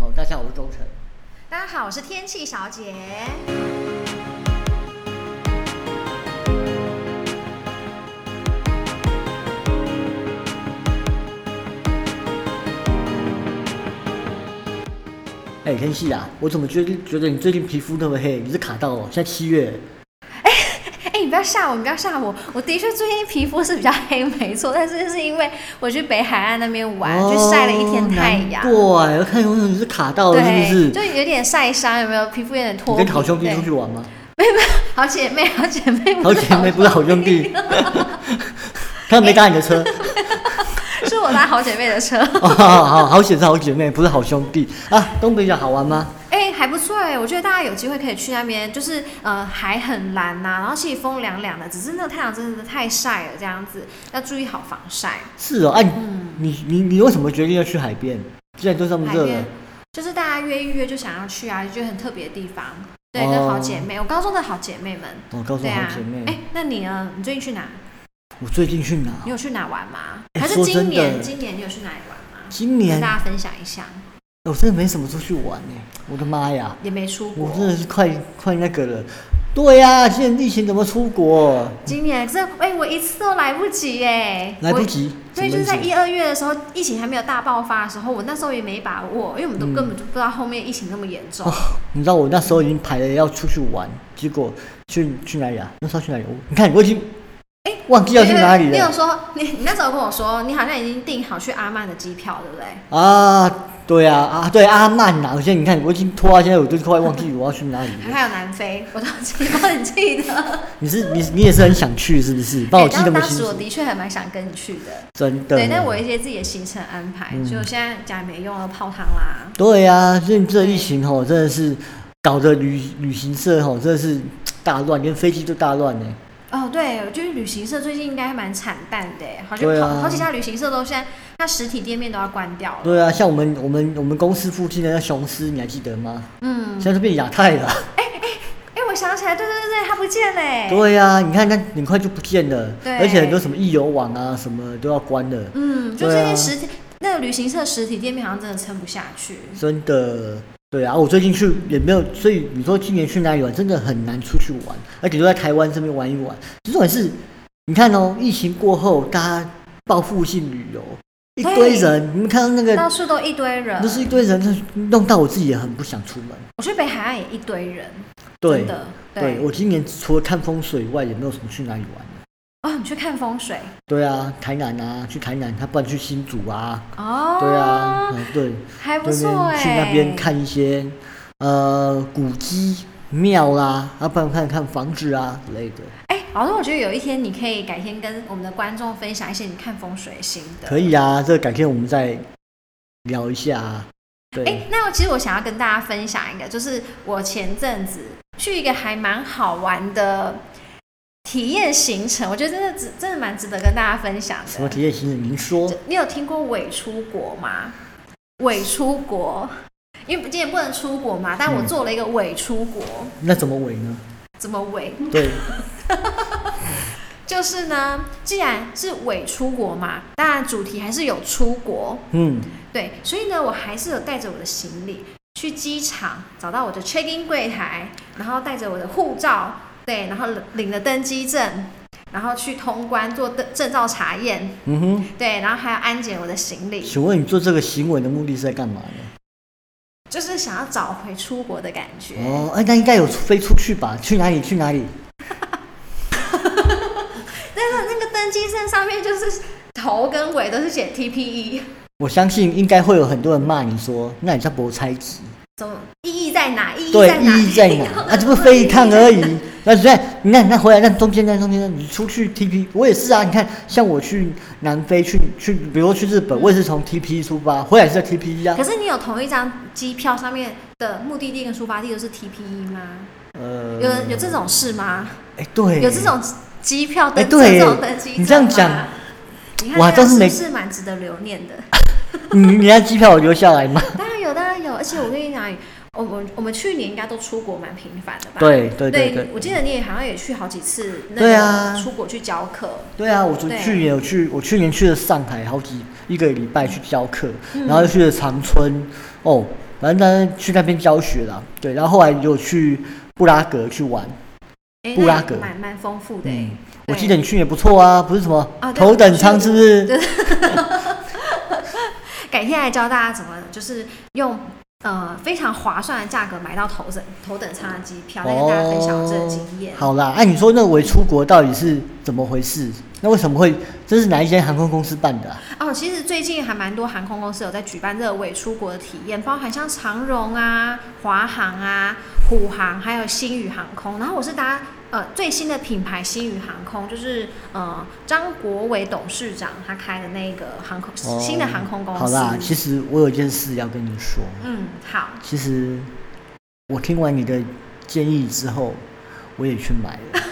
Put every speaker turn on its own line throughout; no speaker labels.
后，大家好，我是周晨。
大家好，我是天气小姐。
哎、天气啊，我怎么觉得觉得你最近皮肤那么黑？你是卡到哦？现在七月，
哎、你不要吓我，你不要吓我。我的确最近皮肤是比较黑，没错，但是是因为我去北海岸那边玩，去晒了一天太阳，
哇、哦难怪我看有你是卡到了，
对，
是不是？
就有点晒伤，有没有？皮肤有点脱
你
皮。
跟好兄弟
对
出去玩吗？
好姐妹，好姐妹，
好姐妹不是好兄弟，他没搭你的车。
是我搭好姐妹的车。
哦，好好好险是好姐妹，不是好兄弟啊。东北角好玩吗？
哎、还不错哎、我觉得大家有机会可以去那边，就是呃海很蓝呐、然后其实风凉凉的，只是那个太阳真的太晒了，这样子要注意好防晒。
是哦，哎、你
嗯，
你你你为什么决定要去海边？既然都这么
海
热
边
了，
就是大家约一约就想要去啊，就觉得很特别的地方。对，
哦
跟好姐妹，我高中的好姐妹们。
我哦告诉
对
好
啊
姐，妹，
哎、那你呢？你最近去哪？
我最近去哪？
你有去哪玩吗？
哎
还是
说
今
真的
年？今年你有去哪里玩吗？
今
跟
年哎
大家分享一下，
我真的没什么出去玩呢、我的妈呀，
也没出国
我。真的是快快那个了。对呀、现在疫情怎么出国？
今年这哎、我一次都来不及哎、
来
我
不及，
所以
什么意思
就是在一二月的时候，疫情还没有大爆发的时候，我那时候也没把握，因为我
嗯
们都根本就不知道后面疫情那么严
哦
重。
啊你知道我那时候已经排了要出去玩，结果去去哪里啊？那时候去哪里？我你看我已经
哎
忘记
对
要
对
去
对
哪里
你有
了
说你你那时候跟我说，你好像已经订好去阿曼的机票，对不对？
啊！对啊啊对阿曼呐、我现在你看我已经拖到现在，我都快忘记我要去哪里了。
还有南非， 我都记帮你记的。
你是你你也是很想去是不是？ 把我
哎
记那
当
么
当
清
时我
楚，
的确还蛮想跟你去的，
真的。
对，但我有一些自己的行程安排，
嗯
所以我现在讲也没用了，泡汤啦。
对呀、所以这疫情吼真的是搞得旅旅行社吼真的是大乱，连飞机都大乱呢、
哦，对，我觉得旅行社最近应该还蛮惨淡的耶，好像
对
好、
啊
好几家旅行社都现在它实体店面都要关掉了。
对啊，像我们我们我们公司附近的那雄狮，你还记得吗？
嗯，
现在都变亚太了。
哎、我想起来，对对对对，它不见了欸耶。
对呀、你看那很快就不见了，
对
而且很多什么易游网啊什么都要关了，
嗯，就
对
这
啊
些实体、那个旅行社实体店面好像真的撑不下去。
真的。对啊，我最近去也没有，所以你说今年去哪里玩，真的很难出去玩，而且都在台湾这边玩一玩。重点是，你看哦，疫情过后，大家报复性旅游，一堆
对
人，你们看到那个
到处都一堆人
不，是一堆人，那弄到我自己也很不想出门。
我去北海岸也一堆人，
对
真，的，
对我今年除了看风水以外，也没有什么去哪里玩的。
哦，你去看风水
对啊，台南啊，去台南，他不然去新竹啊，
哦，
对啊，，嗯对，
还不
对
错哎，
去那边，看一些呃古迹庙啦，啊，不然看看房子啊之类的，
哎，老师，我觉得有一天你可以改天跟我们的观众分享一些你看风水心得。
可以啊，这个改天我们再聊一下啊。对，
哎，那其实我想要跟大家分享一个，就是我前阵子去一个还蛮好玩的体验行程，我觉得真的值，真的蛮值得跟大家分享
什么
的。
体验行程？您说
你有听过伪出国吗？伪出国，因为今年不能出国嘛，但我
嗯
做了一个伪出国，
那怎么尾呢？
怎么伪？
对，
就是呢，既然是伪出国嘛，当然主题还是有出国，
嗯，
对，所以呢，我还是有带着我的行李去机场，找到我的 check in 柜台，然后带着我的护照，对，然后领了登机证，然后去通关做登证照查验，
嗯哼，
对，然后还要安检我的行李，
请问你做这个行为的目的是在干嘛呢？
就是想要找回出国的感觉。
哦，哎，那应该有飞出去吧？去哪里？去哪里？
但是那个登机证上面就是头跟尾都是写 E，TPE，
我相信应该会有很多人骂你说，那你叫博猜忌。
怎么意义在哪？意义
对
在，哪？
意义在 哪？啊，这不飞一趟而已。那你看，你看，那回来，那中间，那中间，你出去 TP，我也是啊。你看，像我去南非，去去，比如说去日本，我也是从 TP 出发，回来是在 TP 啊
可。是你有同一张机票上面的目的地跟出发地都是 TPE 吗？
呃，
有有这种事吗？
哎、对，
有这，种机票
哎
登
对
这种登机证吗
你这样讲，
你
我还
看这
真是
样是
没
不是蛮值得留 念的？
你你要机票我留下来吗？
当然有，当然有，而且我跟你讲，我们我们去年应该都出国蛮频繁的吧？
对对对
对
对，
我记得你也好像也去好几次那
对啊
个出国去教课。
对啊，我昨
对
去年有去，我
嗯
去年去了上海好几一个礼拜去教课，然后又去了长春，哦，反正当时去那边教学啦，对，然后后来有去布拉格去玩，
哎，
布
那
拉
也
格
蛮蛮丰富的哎
嗯，，我记得你去年不错啊，不是什么
啊对
头等舱是不是？
改天来教大家怎么就是用呃非常划算的价格买到头等头等舱的机票，来跟大家分享这个经验。
好啦，哎、你说那我出国到底是怎么回事？那为什么会？这是哪一间航空公司办的、啊？
哦，其实最近还蛮多航空公司有在举办这个伪出国的体验，包含像长荣啊、华航啊、虎航，还有星宇航空。然后我是搭呃最新的品牌星宇航空，就是呃张国伟董事长他开的那个航空、
哦
新的航空公司。
好啦，其实我有件事要跟你说。
嗯，好，
其实我听完你的建议之后，我也去买了。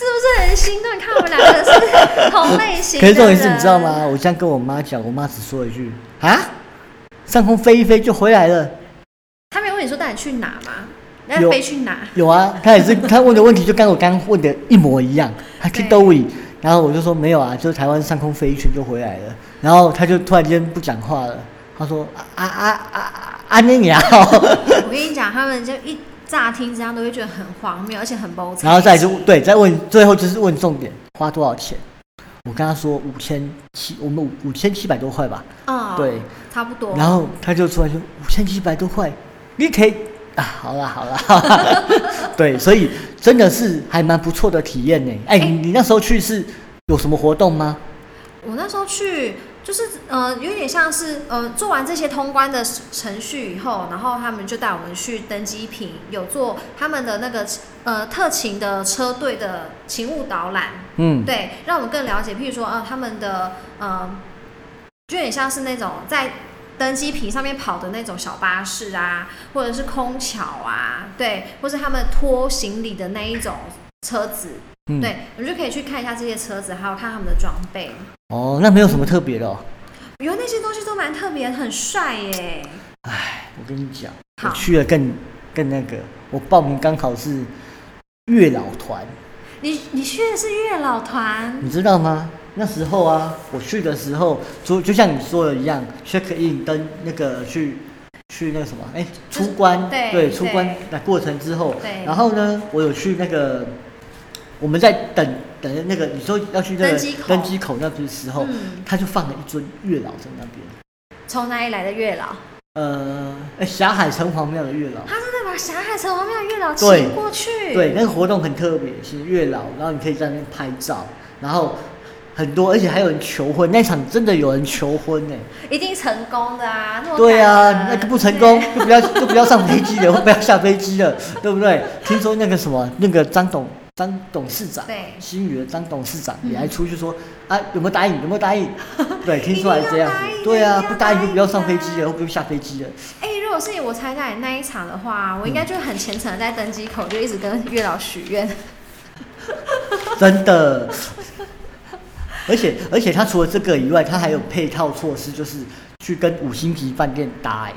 是不是很心动？你看我们两个是同类型的
可是
人。
重点是，你知道吗？我这样跟我妈讲，我妈只说一句：“啊，上空飞一飞就回来了。
他没有问你说带你去哪吗？那
有
飞去哪？”
有啊，她也是，她问的问题就跟我刚问的一模一样，她去
对
兜里。然后我就说没有啊，就是台湾上空飞一圈就回来了。然后她就突然间不讲话了，她说啊啊啊啊啊，那你啊，
我跟你讲，他们就一乍听之下都会觉得很荒谬，而且很包
然后再就对，再问，最后就是问重点，花多少钱？我跟她说五千七，我们五五千七百多块吧。
哦，
对，
差不多。
然后他就出来说五千七百多块，你可以啊，好啦好啦，哈哈 对，所以真的是还蛮不错的体验呢。哎、你你那时候去是有什么活动吗？
我那时候去，就是呃，有点像是呃，做完这些通关的程序以后，然后他们就带我们去登机坪，有做他们的那个呃特勤的车队的勤务导览，
嗯，
对，让我们更了解，譬如说呃他们的呃，就有点像是那种在。登机坪上面跑的那种小巴士啊，或者是空桥啊，对，或是他们拖行李的那一种车子，
嗯
对，我们就可以去看一下这些车子，还有看他们的装备。
哦，那没有什么特别的、哦。
原来那些东西都蛮特别，很帅耶。
我跟你讲，我
好，
去了更更那个，我报名刚好是月老团，
你你去的是月老团，
你知道吗？那时候啊，我去的时候，就就像你说的一样，check in 登那个去去那个什么，哎、
就是
出关，
对
对，出关
对
那过程之后
对，
然后呢，我有去那个，我们在等等那个，你说要去那
登
个
机口
登机口那边的时候，
嗯，
他就放了一尊月老在那边，
从哪里来的月老？
呃，哎霞海城隍庙的月老。
他真的把霞海城隍庙月老
对
请过去，
对，，那个活动很特别，是月老，然后你可以在那边拍照，然后很多，而且还有人求婚，那场真的有人求婚呢、
一定成功的啊。那么
对
感
啊，
人
那就不成功
对，
就不要就不要上飞机了， 不要下飞机了，对不对？听说那个什么，那个张董张董事长，
对
新宇的张董事长
嗯
也还出去说、啊，有没有答应？有没有答 应？对，听说还这样
一定要答应
子，对啊，
一定
不
要
答应就不要上飞
答
机
应
了，或不用下飞机了。
哎、如果是你我参加你那一场的话，我应
嗯
该就很虔诚的在登机口就一直跟月老许愿。
真的。而且而且，他除了这个以外，他还有配套措施，就是去跟五星级饭店搭、欸
哦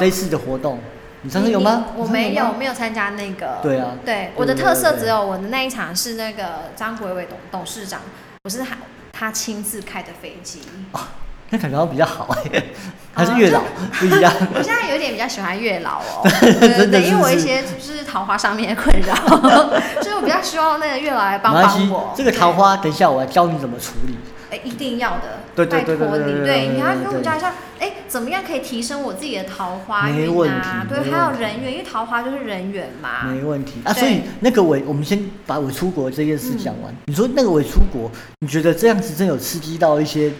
类似的活动。你上次有吗？
你你
你
我
上次
没有，我
吗。
没有参加那个。
对啊
对
对，
我的
对
特色
对
只有我的那一场是那个张国伟董董事长，我是他他亲自开的飞 机。
那感觉比较 好哎、欸，还是月老、
啊
不一样。
我现在有点比较喜欢月 老哦，对
真的
对，因为我
是
一
不是
些就是桃花上面的困扰， 所以我比较希望那个月老来 帮
没关系
帮我。
这个桃花，等一下我来教你怎么处理。
哎，一定要的，
对对对
拜托
对对
你，
对
对，
对
你要
对
跟我们
对
讲一下，哎，怎么样可以提升我自己的桃花
没
运
问题
啊？
没
对，还有
问题
人缘，因为桃花就是人缘嘛。
没问题啊，
嗯对嗯
所以那个我我们先把我出国这件事讲完。你说那个我出国，你觉得这样子真有刺激到一些嘖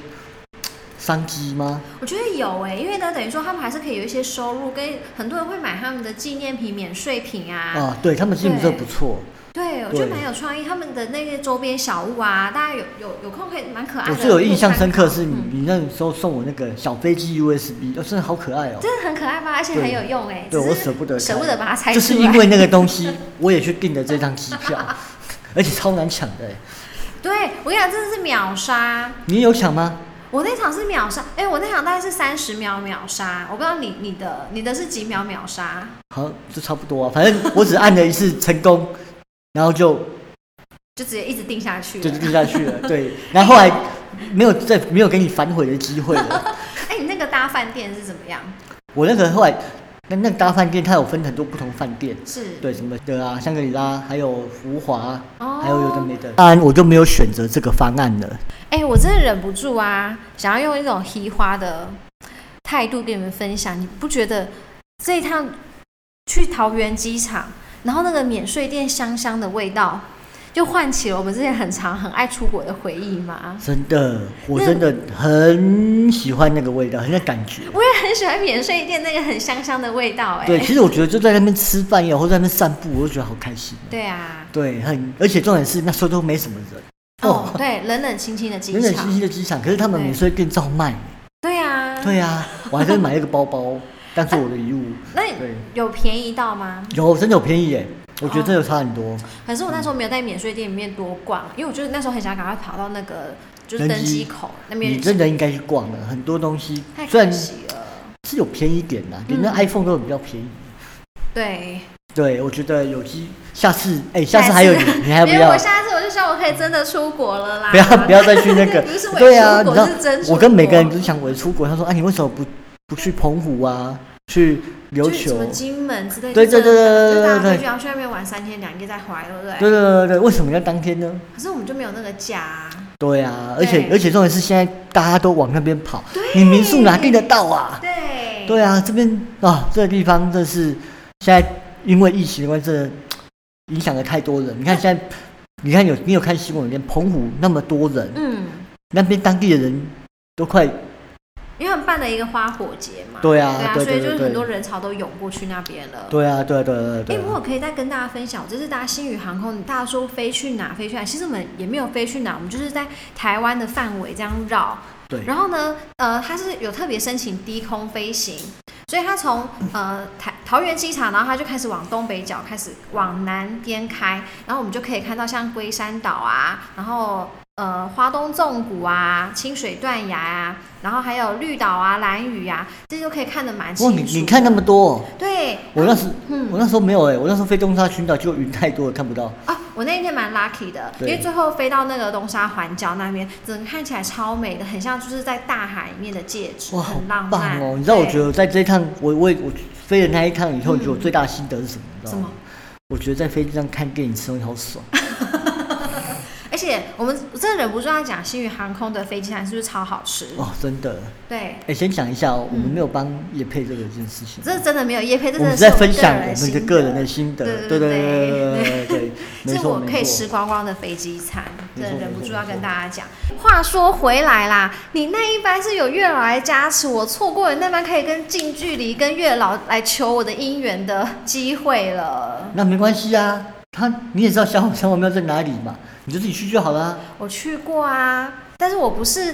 商机吗？
我觉得有哎、因为呢，等于说他们还是可以有一些收入，跟很多人会买他们的纪念品、免税品啊。
啊，对他们进步这
对
不错。
对，我觉
对
得蛮有创意，他们的那些周边小物啊，大家有有有空可以蛮可爱的。
我最有印象深刻是
可以
你
参考，嗯
你那时候送我那个小飞机 USB，哦，真的好可爱哦
嗯。真的很可爱吧，而且很
对
有用哎、欸。
对
只
我
是
舍不得
舍不
开
得把它拆出来。
就是因为那个东西，我也去订的这张机票， 而且超难抢的欸。
对我跟你讲，真的是秒杀。
你也有抢吗？
我那场是秒杀，哎、我那场大概是三十秒秒杀，我不知道你你的你的是几秒秒杀，
好，就差不多啊。反正我只按了一次成功， 然后就
就直接一直定下去了。
就订下去了。对，然后后来没有再没有给你反悔的机会了。
哎、你那个搭饭店是怎么样？
我那个后来那那大饭店它有分很多不同饭店，
是，
对什么的啊，香格里拉，还有福华，
哦，
还有有的没的。当然我就没有选择这个方案了。
哎、我真的忍不住啊，想要用一种嘻花的态度跟你们分享。你不觉得这一趟去桃园机场，然后那个免税店香香的味道，就唤起了我们之前很长很爱出国的回忆吗？
真的，我
那
真的很喜欢那个味道，很有感觉。
我也很喜欢免税店那个很香香的味道、哎，
对，其实我觉得就在那边吃饭也好，或者在那边散步，我就觉得好开心。
对啊，
对，很，而且重点是那时候都没什么人，
哦
哦，
对，冷冷清清的机
冷冷清
场，
清的机场，可是他们
对
免税店照卖。
对啊，
对啊，我还真买了个包包，当做我的礼物。
那
对，
有便宜到吗？
有真的有便宜耶，我觉得真的有差很多。
可是我
嗯
那时候没有在免税店里面多逛，因为我就是那时候很想赶快跑到那个就是登
登
机
机
口那
你
边，
真的应该去逛了，很多东西
太
虽
可
然
惜了。
是有便宜点啦，连那
嗯
iPhone 都有比较便宜。
对，
对，我觉得有机，下次哎，下次还有
下
你，
次
你还不
没有，
要
我？下次我就想啊我可以真的出国了啦。
不要不要再去那 个
不是，伪
对啊，
出
你
国
知道
是真出国
我跟每个人都想我出国，他说啊，你为什么不不去澎湖啊，去琉
就什
球
么？金门之类，
对
就
对
真
对对对
的就大家
对
回去然后去那边玩三天两夜再回来，对不对？
对对对对，为什么要当天呢？
可是我们就没有那个假啊，
对啊，而且
对
而且重点是现在大家都往那边跑，你民宿哪订得到啊？
对
对啊，这边啊这个地方真的是现在因为疫情的关系，真的影响了太多人。你看现在，你看有你有看新闻，连澎湖那么多人，
嗯，
那边当地的人都快
因为他们办了一个花火节嘛，
对啊
对啊，
对对
所以
对
就是
对
很多人潮都涌过去那边了。
对啊对啊对啊对啊
哎、
对啊
我可以再跟大家分享，这是搭新宇航空，大家说飞去哪飞去哪，其实我们也没有飞去哪，我们就是在台湾的范围这样绕。
对
然后呢，呃，它是有特别申请低空飞行，所以它从呃台桃园机场，然后它就开始往东北角开始往南边开，然后我们就可以看到像龟山岛啊，然后呃花东纵谷啊、清水断崖啊，然后还有绿岛啊、蓝屿啊，这些都可以看得蛮清
哇，
楚
你
的。
你看那么多、哦，
对，
我那时
嗯
我那时候没有哎、我那时候飞东沙群岛就云太多了看不到。
啊，我那一天蛮 lucky 的，因
对
为最后飞到那个东沙环礁那边，整个看起来超美的，很像就是在大海里面的戒指，
哇，好
很浪漫
棒哦！你知道，我
对
觉得在这一趟，我我也我飞的那一趟以后，
嗯
你觉得我最大的心得是什么？你知
什
道
么
吗？？我觉得在飞机上看电影吃东西好爽。
而且我们我真的忍不住要讲星宇航空的飞机餐是不是超好吃？
哦，真的。
对，
哎，先讲一下哦，我们
嗯
没有帮叶配这个这件事情，
这真的没有叶配，这
我
真的
们
是
在分享我
我
们的
的
个人
的
的心得。
对
对
对
对对
对
对对对对，没
是
错
我可
没
以
错
吃。光光的飞机餐，真
没错
的忍不
没错
住要
没错
跟大家讲。话说回来啦，你那一班是有月老来加持，我错过了那班可以跟近距离跟月老来求我的姻缘的机会了。
那没关系啊，他你也知道小火小火庙在哪里嘛，你就自己去就好啦。
我去过啊，但是我不是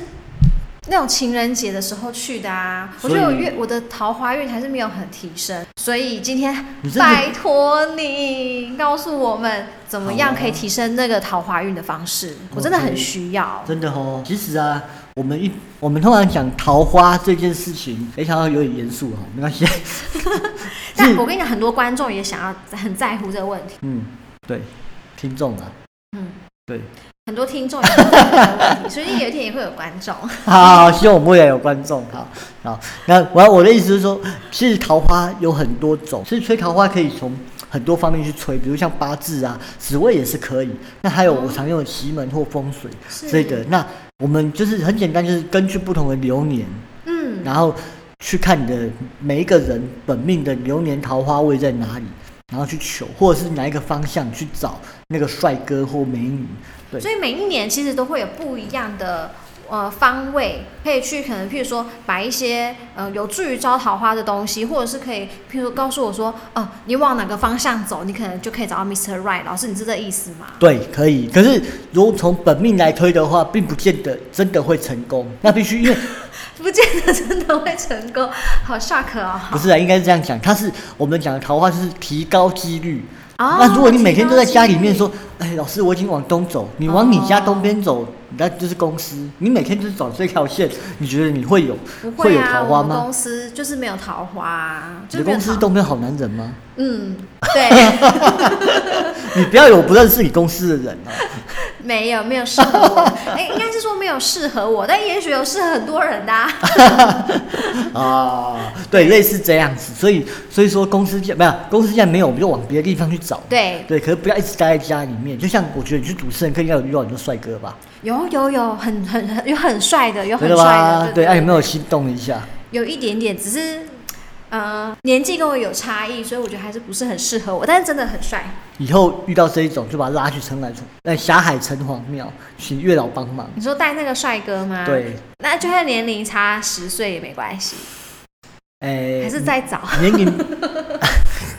那种情人节的时候去的啊，我觉得我
所以
月我的桃花运还是没有很提升，所以今天
你真的
拜托你告诉我们怎么样
好啊
可以提升那个桃花运的方式，我真的很
OK
需要。
真的哦，其实啊，我们一我们通常讲桃花这件事情，没想到有点严肃哈，没关系。
但
是
我跟你讲，很多观众也想要很在乎这个问题，
嗯，对，听众啊，
嗯，
对，
很多听众也很在乎这个问题，所以有一天也会有观众。
好，希望我们未来有观众。好，好，那我要我的意思是说，其实桃花有很多种，其实吹桃花可以从很多方面去吹，比如像八字啊、紫薇也是可以。那还有我常用的奇门或风水
是
之类的。那我们就是很简单，就是根据不同的流年，
嗯，
然后去看你的每一个人本命的流年桃花位在哪里，然后去求，或者是哪一个方向去找那个帅哥或美女。对
所以每一年其实都会有不一样的呃方位，可以去可能譬如说把一些呃有助于招桃花的东西，或者是可以譬如说告诉我说，哦、你往哪个方向走，你可能就可以找到 Mr. Right 老师，你是这意思吗？
对，可以。可是如果从本命来推的话，并不见得真的会成功。那必须因为
不见得真的会成功，好 shock 哦。
不是啊，应该是这样讲，它是我们讲的桃花就是提高几率。
哦
那如果你每天都在家里面
提高
说，哎，老师，我已经往东走，你往你家东边走，那就是公司。你每天就是走这条线，你觉得你会有、
不
会
会
有
啊，
桃
我
花
们
吗？
公司就是没有桃花啊，
你
就是
的
没有
公司
桃
东边好男人吗？
嗯，对，
你不要有不认识你公司的人哦、
没有没有适合我，哎、应该是说没有适合我，但也许有适合很多人 的、啊。
啊，对，类似这样子，所以所以说公司既然没有公司既然没有，我们就往别的地方去找。
对，
对，可是不要一直待在家里面，就像我觉得你是主持人，可应该有遇到很多帅哥吧？
有有有，很很很有很帅的，有很
真的
帅
吗
的，？
对，
对，
哎、有没有心动一下？
有一点点，只是呃年纪跟我有差异，所以我觉得还是不是很适合我，但是真的很帅。
以后遇到这一种，就把他拉去城来城，呃，霞海城隍庙，请月老帮忙。
你说带那个帅哥吗？，
对，
那就算年龄差十岁也没关系，
哎、
还是再早
年龄，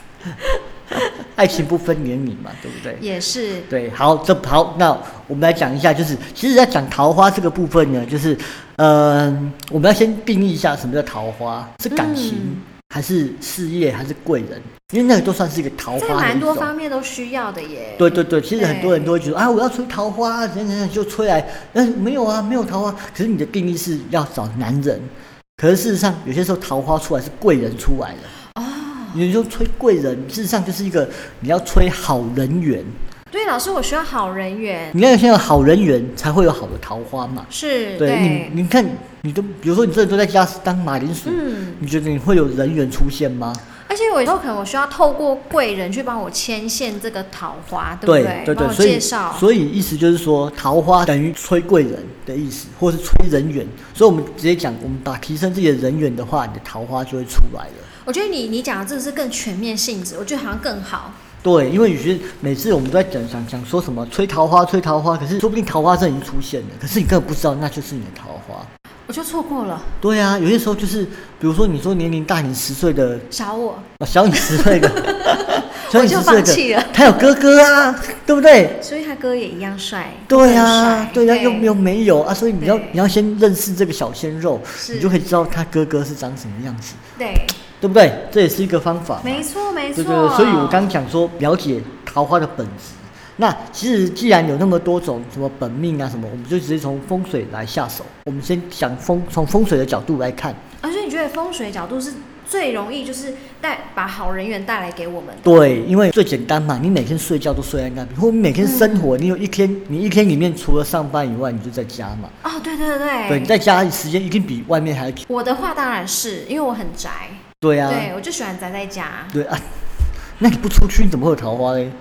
爱情不分年龄嘛，对不对？
也是。
对，好，这好，那我们来讲一下，就是其实，在讲桃花这个部分呢，就是，嗯、我们要先定义一下什么叫桃花，是感情、
嗯
还是事业还是贵人？因为那个都算是一个桃花
在
的
蛮
一
多
种。
方面都需要的耶。
对对对，其实很多人
对
都会觉得啊，我要吹桃花，等等等就吹来，但是没有啊，没有桃花。可是你的定义是要找男人，可是事实上有些时候桃花出来是贵人出来的。
哦
你就吹贵人，事实上就是一个你要吹好人缘，
对，老师，我需要好人缘，
你要先有好人缘，才会有好的桃花嘛。
是
对你，你看，你都比如说你这都在家当马铃薯，
嗯，
你觉得你会有人缘出现吗？
而且有时候可能我需要透过贵人去帮我牵线这个桃花，对不
对对对，
帮我
所以
介绍，
所以意思就是说，桃花等于吹贵人的意思，或是吹人缘。所以我们直接讲，我们把提升自己的人缘的话，你的桃花就会出来了。
我觉得你你讲的这个是更全面性质，我觉得好像更好。
对，因为有些每次我们都在讲讲讲说什么吹桃花，吹桃花，可是说不定桃花真的已经出现了，可是你根本不知道那就是你的桃花。
我就错过了
对啊，有些时候就是，比如说你说年龄大你十岁的，
小我，，
哦小你十岁的小
我
你
就
十
放
岁
弃
的
了，
他有哥哥啊，对不对？
所以他哥也一样帅。
对
呀、
呀、对呀、又又
有
没有啊，所以你要
对
你要先认识这个小鲜肉，
是
你就可以知道他哥哥是长什么样子，
对，
对不对？这也是一个方法嘛。
没错没
对
错。
对对，所以我刚讲说了解桃花的本质。那其实既然有那么多种什么本命啊什么，我们就直接从风水来下手。我们先讲风，从风水的角度来看，
而且你觉得风水角度是最容易就是带把好人缘带来给我们的，
对，因为最简单嘛，你每天睡觉都睡在那边，或你每天生活，你有一天你一天里面除了上班以外，你就在家嘛。
哦，对对对
对，你在家里时间一定比外面还久。
我的话当然是因为我很宅，
对啊，
对我就喜欢宅在家，
对啊，那你不出去，你怎么会有桃花嘞？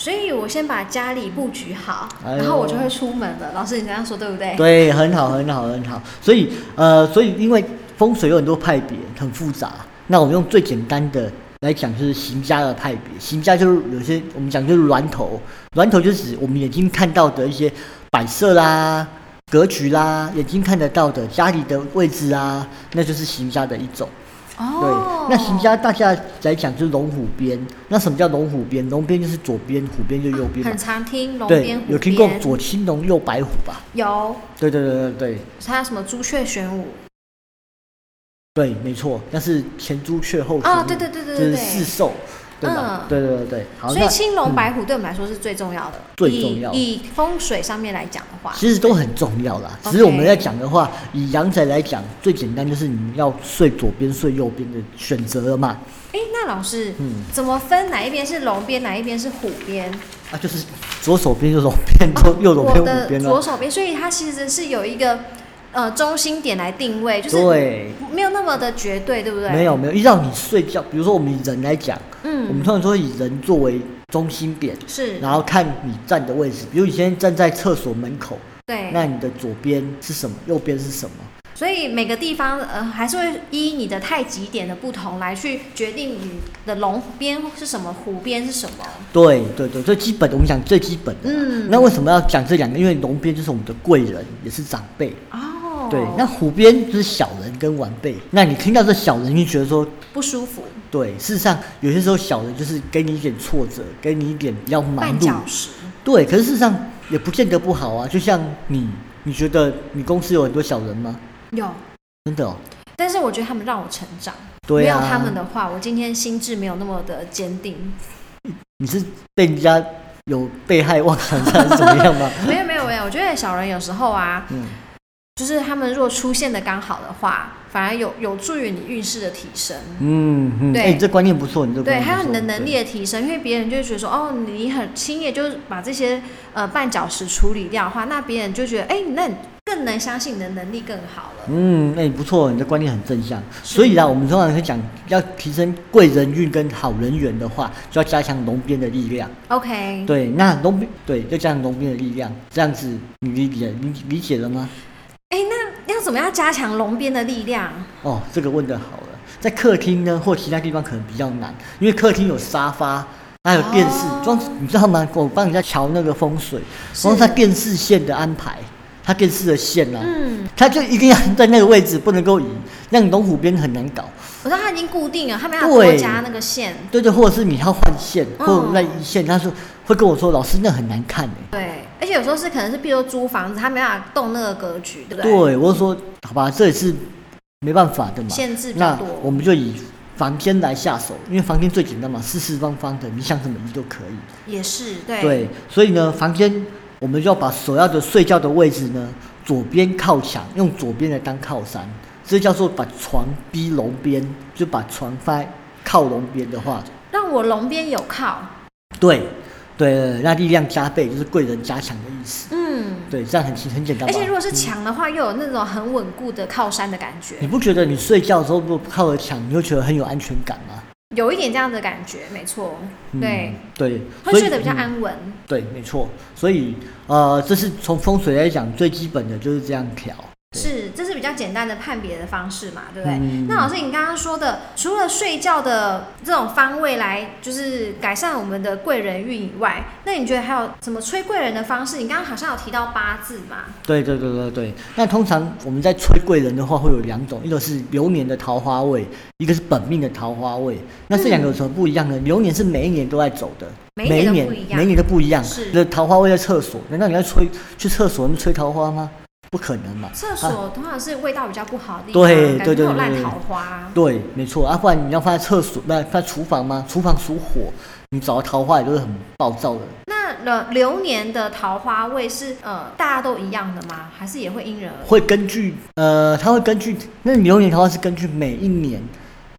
所以我先把家里布局好，
哎呦
然后我就会出门了。老师，你这样说对不对？
对，很好，很好，很好。所以，呃，所以因为风水有很多派别，很复杂。啊那我们用最简单的来讲，就是行家的派别。行家就是有些我们讲就是峦头，峦头就是指我们眼睛看到的一些摆设啦、格局啦，眼睛看得到的家里的位置啊，那就是行家的一种。对，
哦
那行家大家来讲就是龙虎边。那什么叫龙虎边？龙边就是左边，虎边就右边嘛
很。常听龙
对
边虎，边，
有听过左青龙右白虎吧？
有
对对对对对
还有什么朱雀玄武
对，没错，那是前朱雀后
啊、
雄
对对对对
就
对
是
对
四。兽，对吧？
嗯
对对对对，好，
所以
那嗯
青龙白虎对我们来说是最重要的，
最重要
以以风水上面来讲的话，
其实都很重要啦。
OK
只是我们在讲的话，以阳宅来讲，最简单就是你要睡左边睡右边的选择了嘛。
哎，那老师，
嗯
怎么分哪一边是龙边，哪一边是虎边？
啊，就是左手边右手边，左右手边
哦我
五
的
边啊
左
了。
手边，所以它其实是有一个呃中心点来定位，就是
对，
没有那么的绝对，对不对？
没有，没有，依照你睡觉，比如说我们以人来讲，我们
嗯，
通常说以人作为中心点，
是，
然后看你站的位置，比如你现在站在厕所门口，
对，
那你的左边是什么，右边是什么？
所以每个地方呃还是会依你的太极点的不同来去决定你的龙边是什么，虎边是什么。
对对对，最基本的，我们讲最基本的。
嗯
那为什么要讲这两个？因为龙边就是我们的贵人，也是长辈。
哦，
对，那虎边就是小人跟晚辈。那你听到这小人，你就觉得说，
不舒服，
对，事实上有些时候小人就是给你一点挫折，给你一点比较忙
绊
碌
脚。石。
对，可是事实上也不见得不好啊。就像你，你觉得你公司有很多小人吗？
有，
真的哦。
但是我觉得他们让我成长。
对啊，
没有他们的话，我今天心智没有那么的坚定。
你是被人家有被害妄想症还是怎么样吗？
没有没有没有，我觉得小人有时候啊，
嗯，
就是他们若出现的刚好的话，反而有有助于你运势的提升。
嗯嗯，
对
哎、你这观念不错，你这
对，
观念不错
还有你的能力，的提升，因为别人就会觉得说，哦，你很轻易就把这些呃绊脚石处理掉的话，那别人就觉得，哎、那你更能相信你的能力更好了。
嗯，哎、不错，你的观念很正向。
是
所以啦，我们通常会讲，要提升贵人运跟好人缘的话，就要加强龙边的力量。
OK，
对，那龙边对，就加强龙边的力量，这样子你理解你理解了吗？
哎、那要怎么样加强龙边的力量？
哦，这个问的好了，在客厅呢或其他地方可能比较难，因为客厅有沙发，还有电视
哦，
装、你知道吗？我帮人家瞧那个风水，
是
光它电视线的安排，它电视的线啊，
嗯，
它就一定要在那个位置，不能够移，那你龙虎边很难搞。
我知道它已经固定了，他们要
对
多加那个线。
对对，或者是你要换线，或
嗯
者那一线，他说会跟我说老师那很难看哎。
对，而且有时候是可能是，比如说租房子，他没办法动那个格局，对不对？
对，我就说好吧，这也是没办法的嘛。
限制比较
那
多。
我们就以房间来下手，因为房间最简单嘛，四四方方的，你想怎么移都可以。
也是对，
对，所以呢，房间我们就要把所要的睡觉的位置呢，左边靠墙，用左边来当靠山，这叫做把床逼龙边，就把床放在靠龙边的话，
让我龙边有靠。
对，对，那力量加倍就是贵人加强的意思。
嗯，
对，这样很轻很简单吧。
而且如果是墙的话，又有那种很稳固的靠山的感觉
你，不觉得你睡觉的时候如果靠着墙，你会觉得很有安全感吗？
有一点这样的感觉，没错，
嗯
对，
对，
会
所以
睡得比较
嗯
安稳。
对，没错。所以呃，这是从风水来讲最基本的就是这样调。对
是，这是比较简单的判别的方式嘛，对不对？
嗯
那老师，你刚刚说的，除了睡觉的这种方位来，就是改善我们的贵人运以外，那你觉得还有什么催贵人的方式？你刚刚好像有提到八字嘛，
对对对对对。那通常我们在催贵人的话，会有两种，一种是流年的桃花位，一个是本命的桃花位。那这两个有什么不一样呢？流年是每一年都在走的，
每一年都
每
不一样
每一年都不一样。
是
那桃花位在厕所，难道你要催去厕所能催桃花吗？不可能嘛。
厕
啊
所通常是味道比较不好的地方，
对
感觉
对对
会
对
有烂
对
桃花。
对，没错啊，不然你要放在厕所，不然放在厨房吗？厨房属火，你找到桃花也就是很暴躁的。
那流流年的桃花位是呃大家都一样的吗？还是也会因人而异？
会根据呃，它会根据那流年桃花是根据每一年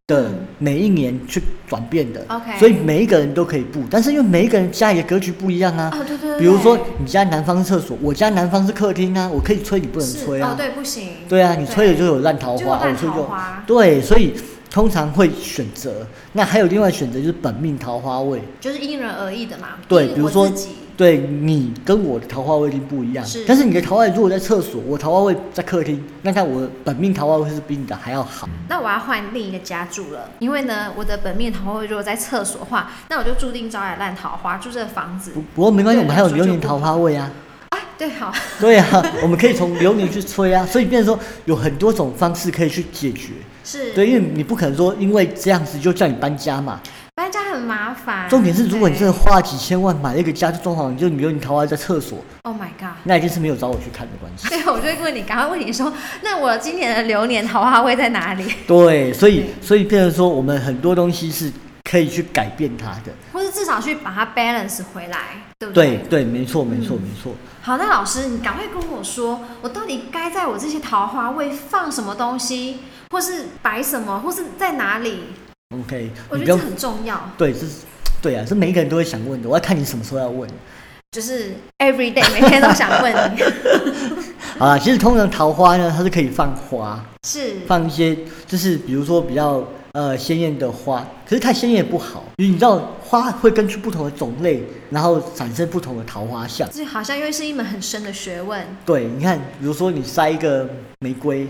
的、
嗯
每一年去转变的
OK
所以每一个人都可以布，但是因为每一个人家里的格局不一样啊。
哦，对对对，
比如说
对
你家南方是厕所，我家南方是客厅啊，我可以吹，你不能
是
吹啊。
哦，对，不行。
对啊，你吹了就有烂桃
就有
花，
烂
我吹
桃
就
花，
对，所以通常会选择。那还有另外选择就是本命桃花位，
就是因人而异的嘛。
对
因为
比如
我
说
自己
对你跟我的桃花位一定不一样，
是
但是你的桃花位如果在厕所，我桃花位在客厅，那看我本命桃花位是比你的还要好。
那我要换另一个家住了，因为呢，我的本命桃花如果在厕所的话，那我就注定招来烂桃花，住这个房子
不。不过没关系，
对
我们还有
来说
流
就
年
不
桃花位啊，
哎，对，好，
对啊， 我们可以从流年去吹啊，所以变成说有很多种方式可以去解决。
是。
对，因为你不可能说因为这样子就叫你搬家嘛。
搬家很麻烦。欸
重点是，如果你真
对
的花几千万买了一个家就装潢，你就流年桃花在厕所，
，Oh my god。
那一定是没有找我去看的关系。
对，我就会问你，赶快问你说，那我今年的流年桃花会在哪里？
对，所以
对
所以变成说我们很多东西是可以去改变它的。
或是至少去把它 balance 回来，对不
对对，
对？
没错没错
嗯
没错。
好，那老师，你赶快跟我说，我到底该在我这些桃花位放什么东西，或是摆什么，或是在哪里？
OK，
我
你
觉
不用
得这很重要，
对，这是对啊，这每一个人都会想问的。我要看你什么时候要问。
就是 every day 每天都想 问你，
好啦，其实通常桃花呢，它是可以放花，
是
放一些就是比如说比较呃鲜艳的花，可是太鲜艳也不好，因为你知道花会根据不同的种类，然后产生不同的桃花像。
这好像又是一门很深的学问，
对，你看，比如说你塞一个玫瑰，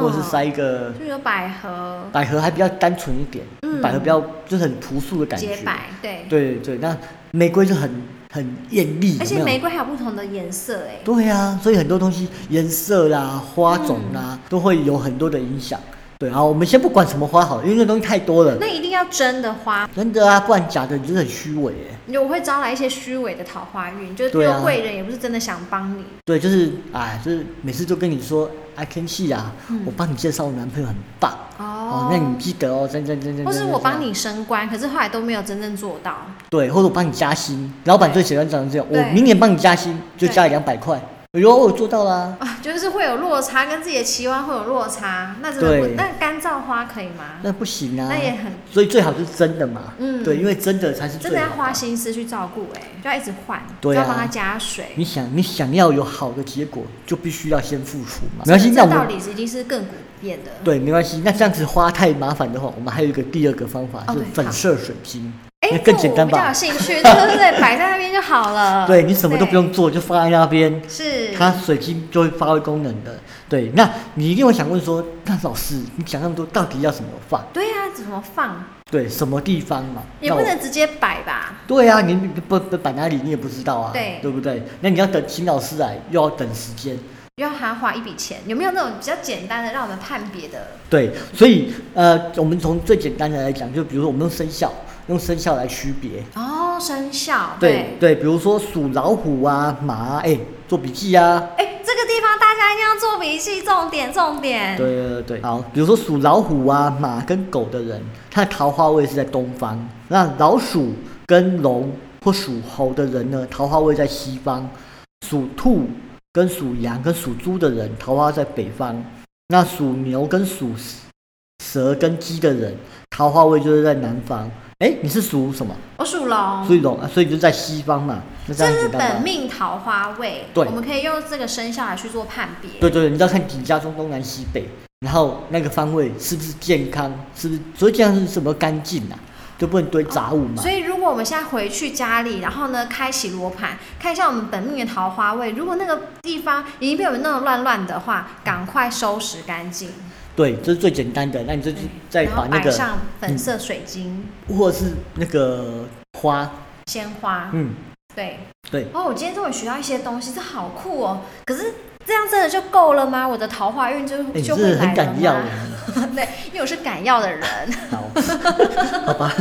或者是塞一个
就有百合、
百合，还比较单纯一点，
嗯
百合比较就是很朴素的感觉
洁。白，对，
对对，那玫瑰就很很艳丽，
而且
有没有
玫瑰还有不同的颜色，哎，
对呀、所以很多东西颜色啦、花种啦，
嗯
都会有很多的影响。对，啊好，我们先不管什么花好了，因为那东西太多了，
那一定要真的花，
真的啊，不然假的你真的很虚伪耶。
我会招来一些虚伪的桃花运，就是
对啊
对贵人也不是真的想帮你，
对，就是哎，就是每次都跟你说，I can see 啊，我帮你介绍我男朋友很棒
嗯哦
那你记得哦，真真真真。
或是我帮
你
你升官，可是后来都没有真正做到。
对，或者我帮你加薪，老板最喜欢讲这样，
对
我明年帮你加薪，就
对
加两百块，哎呦，我做到啦！
啊，就是会有落差，跟自己的期望会有落差，那真的不
对，
那干燥花可以吗？
那不行啊
那，也很，
所以最好是真的嘛。
嗯，
对，因为真的才是最
真的
好
要
的
花心思去照顾，哎，就要一直换，
对
就
啊
要帮他加水。
你想，你想要有好的结果，就必须要先付出嘛。没关系，那
这
我
道
们
理一定是亘古不变的。
对，没关系。那这样子花太麻烦的话，我们还有一个第二个方法，
哦
就是
对
粉
好
射水晶。
哎，
那
这
更简单
我比较
吧
有兴趣，对对对，摆在那边就好了。
对你什么都不用做，就放在那边，
对，是
它水晶就会发挥功能的。对，那你一定会想问说，那老师，你讲那么多，到底要怎么放？
对呀、怎么放？
对，什么地方嘛？
也
那
不
我
能直接摆吧？
对啊，你你不不摆哪里你也不知道啊，
对
不对？那你要等请老师来，又要等时间。
要还花一笔钱，有没有那种比较简单的让我们判别的？
对，所以呃，我们从最简单的来讲，就比如说我们用生肖，用生肖来区别。
哦，生肖
对对，比如说属老虎啊、马啊，哎、做笔记啊。
哎、这个地方大家一定要做笔记，重点重点。
对对对，好，比如说属老虎啊、马跟狗的人，他的桃花位是在东方；那老鼠跟龙或属猴的人呢，桃花位在西方；属兔跟属羊跟属猪的人，桃花在北方；那属牛跟属蛇跟鸡的人，桃花位就是在南方。哎，你是属什么？
我属哦龙，
所以龙，啊所以就在西方嘛。那这
这
样
是
简单吧
本命桃花位，
对
我们可以用这个生肖来去做判别。
对对，对你知道看景家中东南西北，然后那个方位是不是健康，是不是？所以健康是什么干净啊？就不能堆杂物嘛。
所以，如果我们现在回去家里，然后呢，开启罗盘，看一下我们本命的桃花位，如果那个地方已经被我们弄得乱乱的话，赶快收拾干净，
对，这是最简单的。那你就再
然后
把那
摆
个，
上粉色水晶、
或者是那个花，
鲜花，
嗯，
对。
对，
哦，我今天终于学到一些东西，这好酷哦！可是这样真的就够了吗？我的桃花运就
哎、你
就
真
会
的很
来了吗
敢要欸耶。
对，因为我是敢要的人。
好，好吧。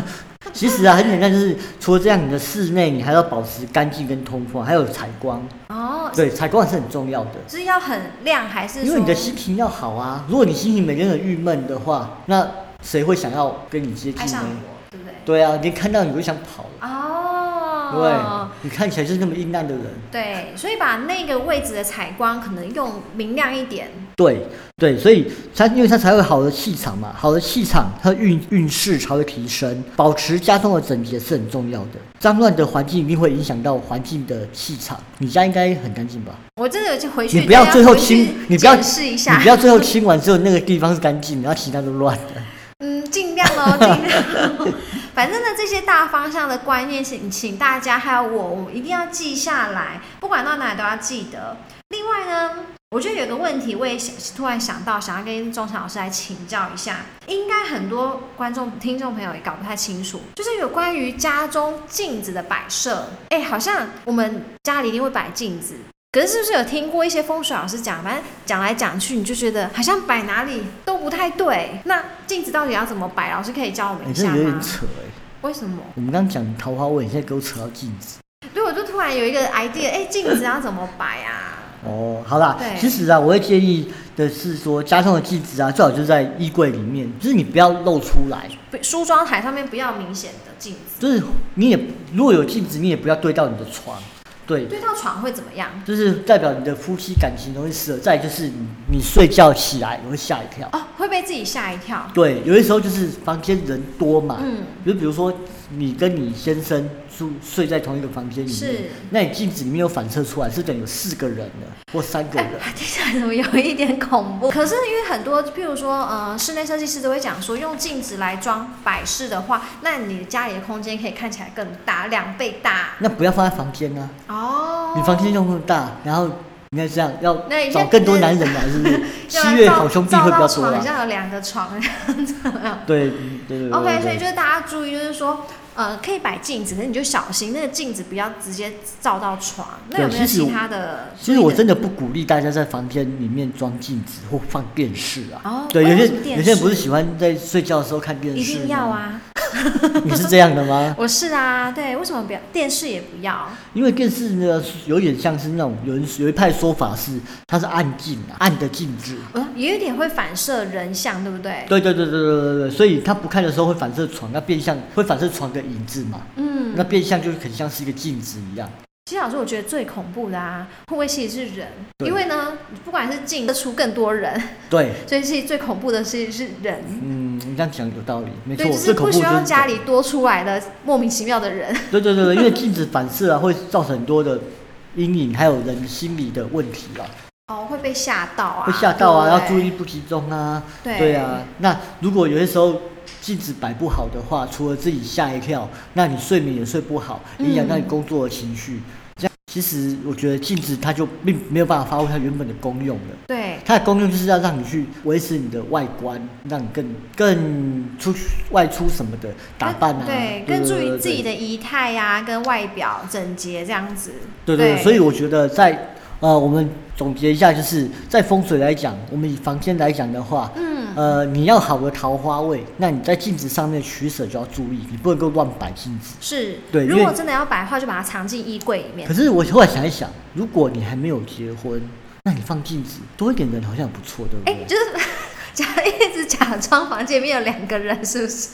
其实啊，很简单，就是除了这样，你的室内你还要保持干净跟通风，还有采光。
哦，
对，采光也是很重要的。
是要很亮还是
因
说
为你的心情要好啊，如果你心情每天很郁闷的话，那谁会想要跟你接
爱
近
上
呢？
我，对不对？
对啊，你看到你就想跑了，
哦，
对，你看起来就是那么阴暗的人，
对，所以把那个位置的采光可能用明亮一点。
对对，所以他因为他才会有好的气场嘛，好的气场，他运运势才会提升，保持家中的整洁是很重要的。脏乱的环境一定会影响到环境的气场，你家应该很干净吧？
我真的就回去
你不要最后
回去
清，你不要
检视一下，
你不要最后清完之后那个地方是干净，然后其他都乱的。
嗯，尽量哦，尽量。反正呢，这些大方向的观念，请请大家还有我，我一定要记下来，不管到哪里都要记得。另外呢，我觉得有个问题，我也想突然想到，想要跟钟祥老师来请教一下。应该很多观众、听众朋友也搞不太清楚，就是有关于家中镜子的摆设。哎，好像我们家里一定会摆镜子，可是是不是有听过一些风水老师讲，反正讲来讲去，你就觉得好像摆哪里都不太对。那镜子到底要怎么摆？老师可以教我们
你、
一
这
下
有
吗
点？扯哎、
为什么？
我们刚刚讲桃花位，你现在给我扯到镜子。
对，我就突然有一个 idea，哎，镜子要怎么摆啊？
哦，好啦
对，
其实啊，我会建议的是说，家中的镜子啊，最好就在衣柜里面，就是你不要露出来，
不梳妆台上面不要明显的镜子，
就是你也如果有镜子，你也不要对到你的床，对，
对到床会怎么样？
就是代表你的夫妻感情容易失和。再来就是你你睡觉起来你会吓一跳，
哦，会被自己吓一跳。
对，有些时候就是房间人多嘛，
嗯，
就比如说你跟你先生住睡在同一个房间里面
是，
那你镜子里面有反射出来，是等于有四个人了或三个
哎
人。，
听起来怎么有一点恐怖？可是因为很多，譬如说，呃，室内设计师都会讲说，用镜子来装摆饰的话，那你家里的空间可以看起来更大，两倍大。
那不要放在房间啊，
哦，
你房间用那么大，然后应该这样，要
那你现在
找更多男 人来，是不是？
要不
七
然
月
照
好兄弟会比较多
啊照到床
啊。
上有两个床这样子有没有
对嗯对对对对
OK，所以
对。
就是大家注意，就是说，呃，可以摆镜子，可是你就小心那个镜子不要直接照到床。那有没有
对其实
其
我
他的注
其
意的？
实我真的不鼓励大家在房间里面装镜子或放电视啊。
哦
对，
为
有些
什么电
有些人不是
视
喜欢在睡觉的时候看电视
一
吗？
定要啊，
你是这样的吗？
我是啊，对，为什么不要电视也不要？
因为电视呢，有点像是那种有人有一派说法是它是暗镜啊，暗的镜子。
呃，也有点会反射人像，对不对？
对对对对对对对，所以他不看的时候会反射床，那变相会反射床的影子嘛，
嗯
那，变相就是很像是一个镜子一样。
其实老师，我觉得最恐怖的啊，会不会其实是人？
对
因为呢，不管是进出更多人，
对，
所以其实最恐怖的是是人。
嗯，你这样讲有道理，没错，
对，就
最
是
恐
不
怖
希望
的
家里多出来的莫名其妙的人。
对对对对，因为镜子反射啊，会造成很多的阴影，还有人心理的问题啊，
哦，会被吓到啊，
会吓到啊，
对不
要
对
注意不集中啊，
对
对啊。那如果有些时候镜子摆不好的话，除了自己吓一跳，那你睡眠也睡不好，影响到你
嗯
工作的情绪。这样其实我觉得镜子它就并没有办法发挥它原本的功用了。
对，
它的功用就是要让你去维持你的外观，让你更更出去外出什么的打扮啊，
对，更注
对
意
对
自己的仪态呀、跟外表整洁这样子。
对对对，所以我觉得在呃，我们总结一下，就是在风水来讲，我们以房间来讲的话，
嗯，
呃，你要好的桃花位，那你在镜子上面取舍就要注意，你不能够乱摆镜子。
是。
对因
如
为
果真的要摆的话，就把它藏进衣柜里面
可。是我后来想一想，如果你还没有结婚，那你放镜子多一点人好像也不错，对不对？
哎、就是 假一直假装房间里面有两个人，是不是？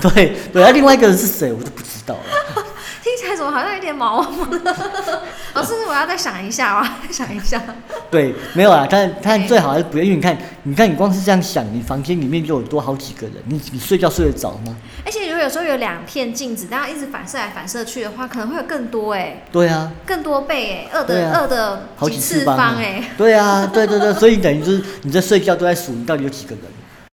对对，那另外一个人是谁我都不知道了。
听起来怎么好像有点毛毛 哦呢？老师，我要再想一下，我要再想一下。
对，没有啦，但但
哎
最好还是不要，因为你看，你看你光是这样想，你房间里面就有多好几个人，你你睡觉睡得着吗？
而且如果有时候有两片镜子，大家一直反射来反射去的话，可能会有更多哎、
对啊，
更多倍哎、二
对
的、
啊
二的
好几
几
次
次
方啊
方哎、
对啊，对对对，所以等于就是你在睡觉都在数你到底有几个人。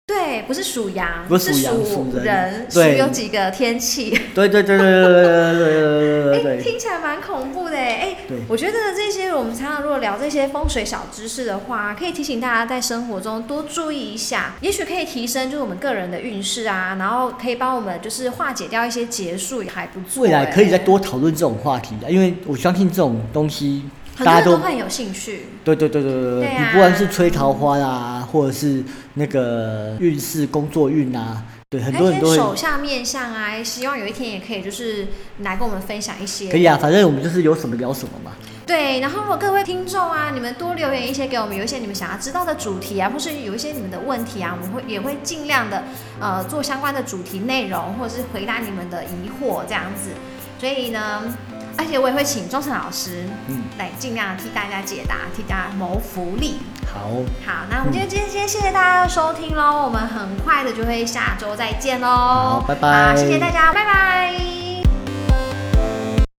对，不是数羊，
不是
是
数羊
数
数人
数
对
有几个天气，
对对对对对对对对对对对
哎，
对。
听起来蛮恐怖的哎。
对
我觉得这些我们常常如果聊这些风水小知识的话，可以提醒大家在生活中多注意一下，也许可以提升就是我们个人的运势啊，然后可以帮我们就是化解掉一些结束，也还不错。
未来可以再
哎，
多讨论这种话题啊，因为我相信这种东西
很多
大家
人都
都
很有兴趣。
对对对对对
对啊
你不管是吹桃花啦，或者是那个运势、工作运啊，对，很
还
多
有
人都
一些哎手
会
相面相啊，希望有一天也可以就是来跟我们分享一些
可以啊，反正我们就是有什么聊什么嘛。
对，然后如果各位听众啊，你们多留言一些给我们，有一些你们想要知道的主题啊，或是有一些你们的问题啊，我们会也会尽量的呃做相关的主题内容，或者是回答你们的疑惑这样子。所以呢，而且我也会请钟诚老师
嗯，
来尽量替大家解答，替大家谋福利。
好，
好，那我们今天今天先谢谢大家的收听喽，我们很快的就会下周再见喽。
好拜拜
好谢谢大家，拜拜。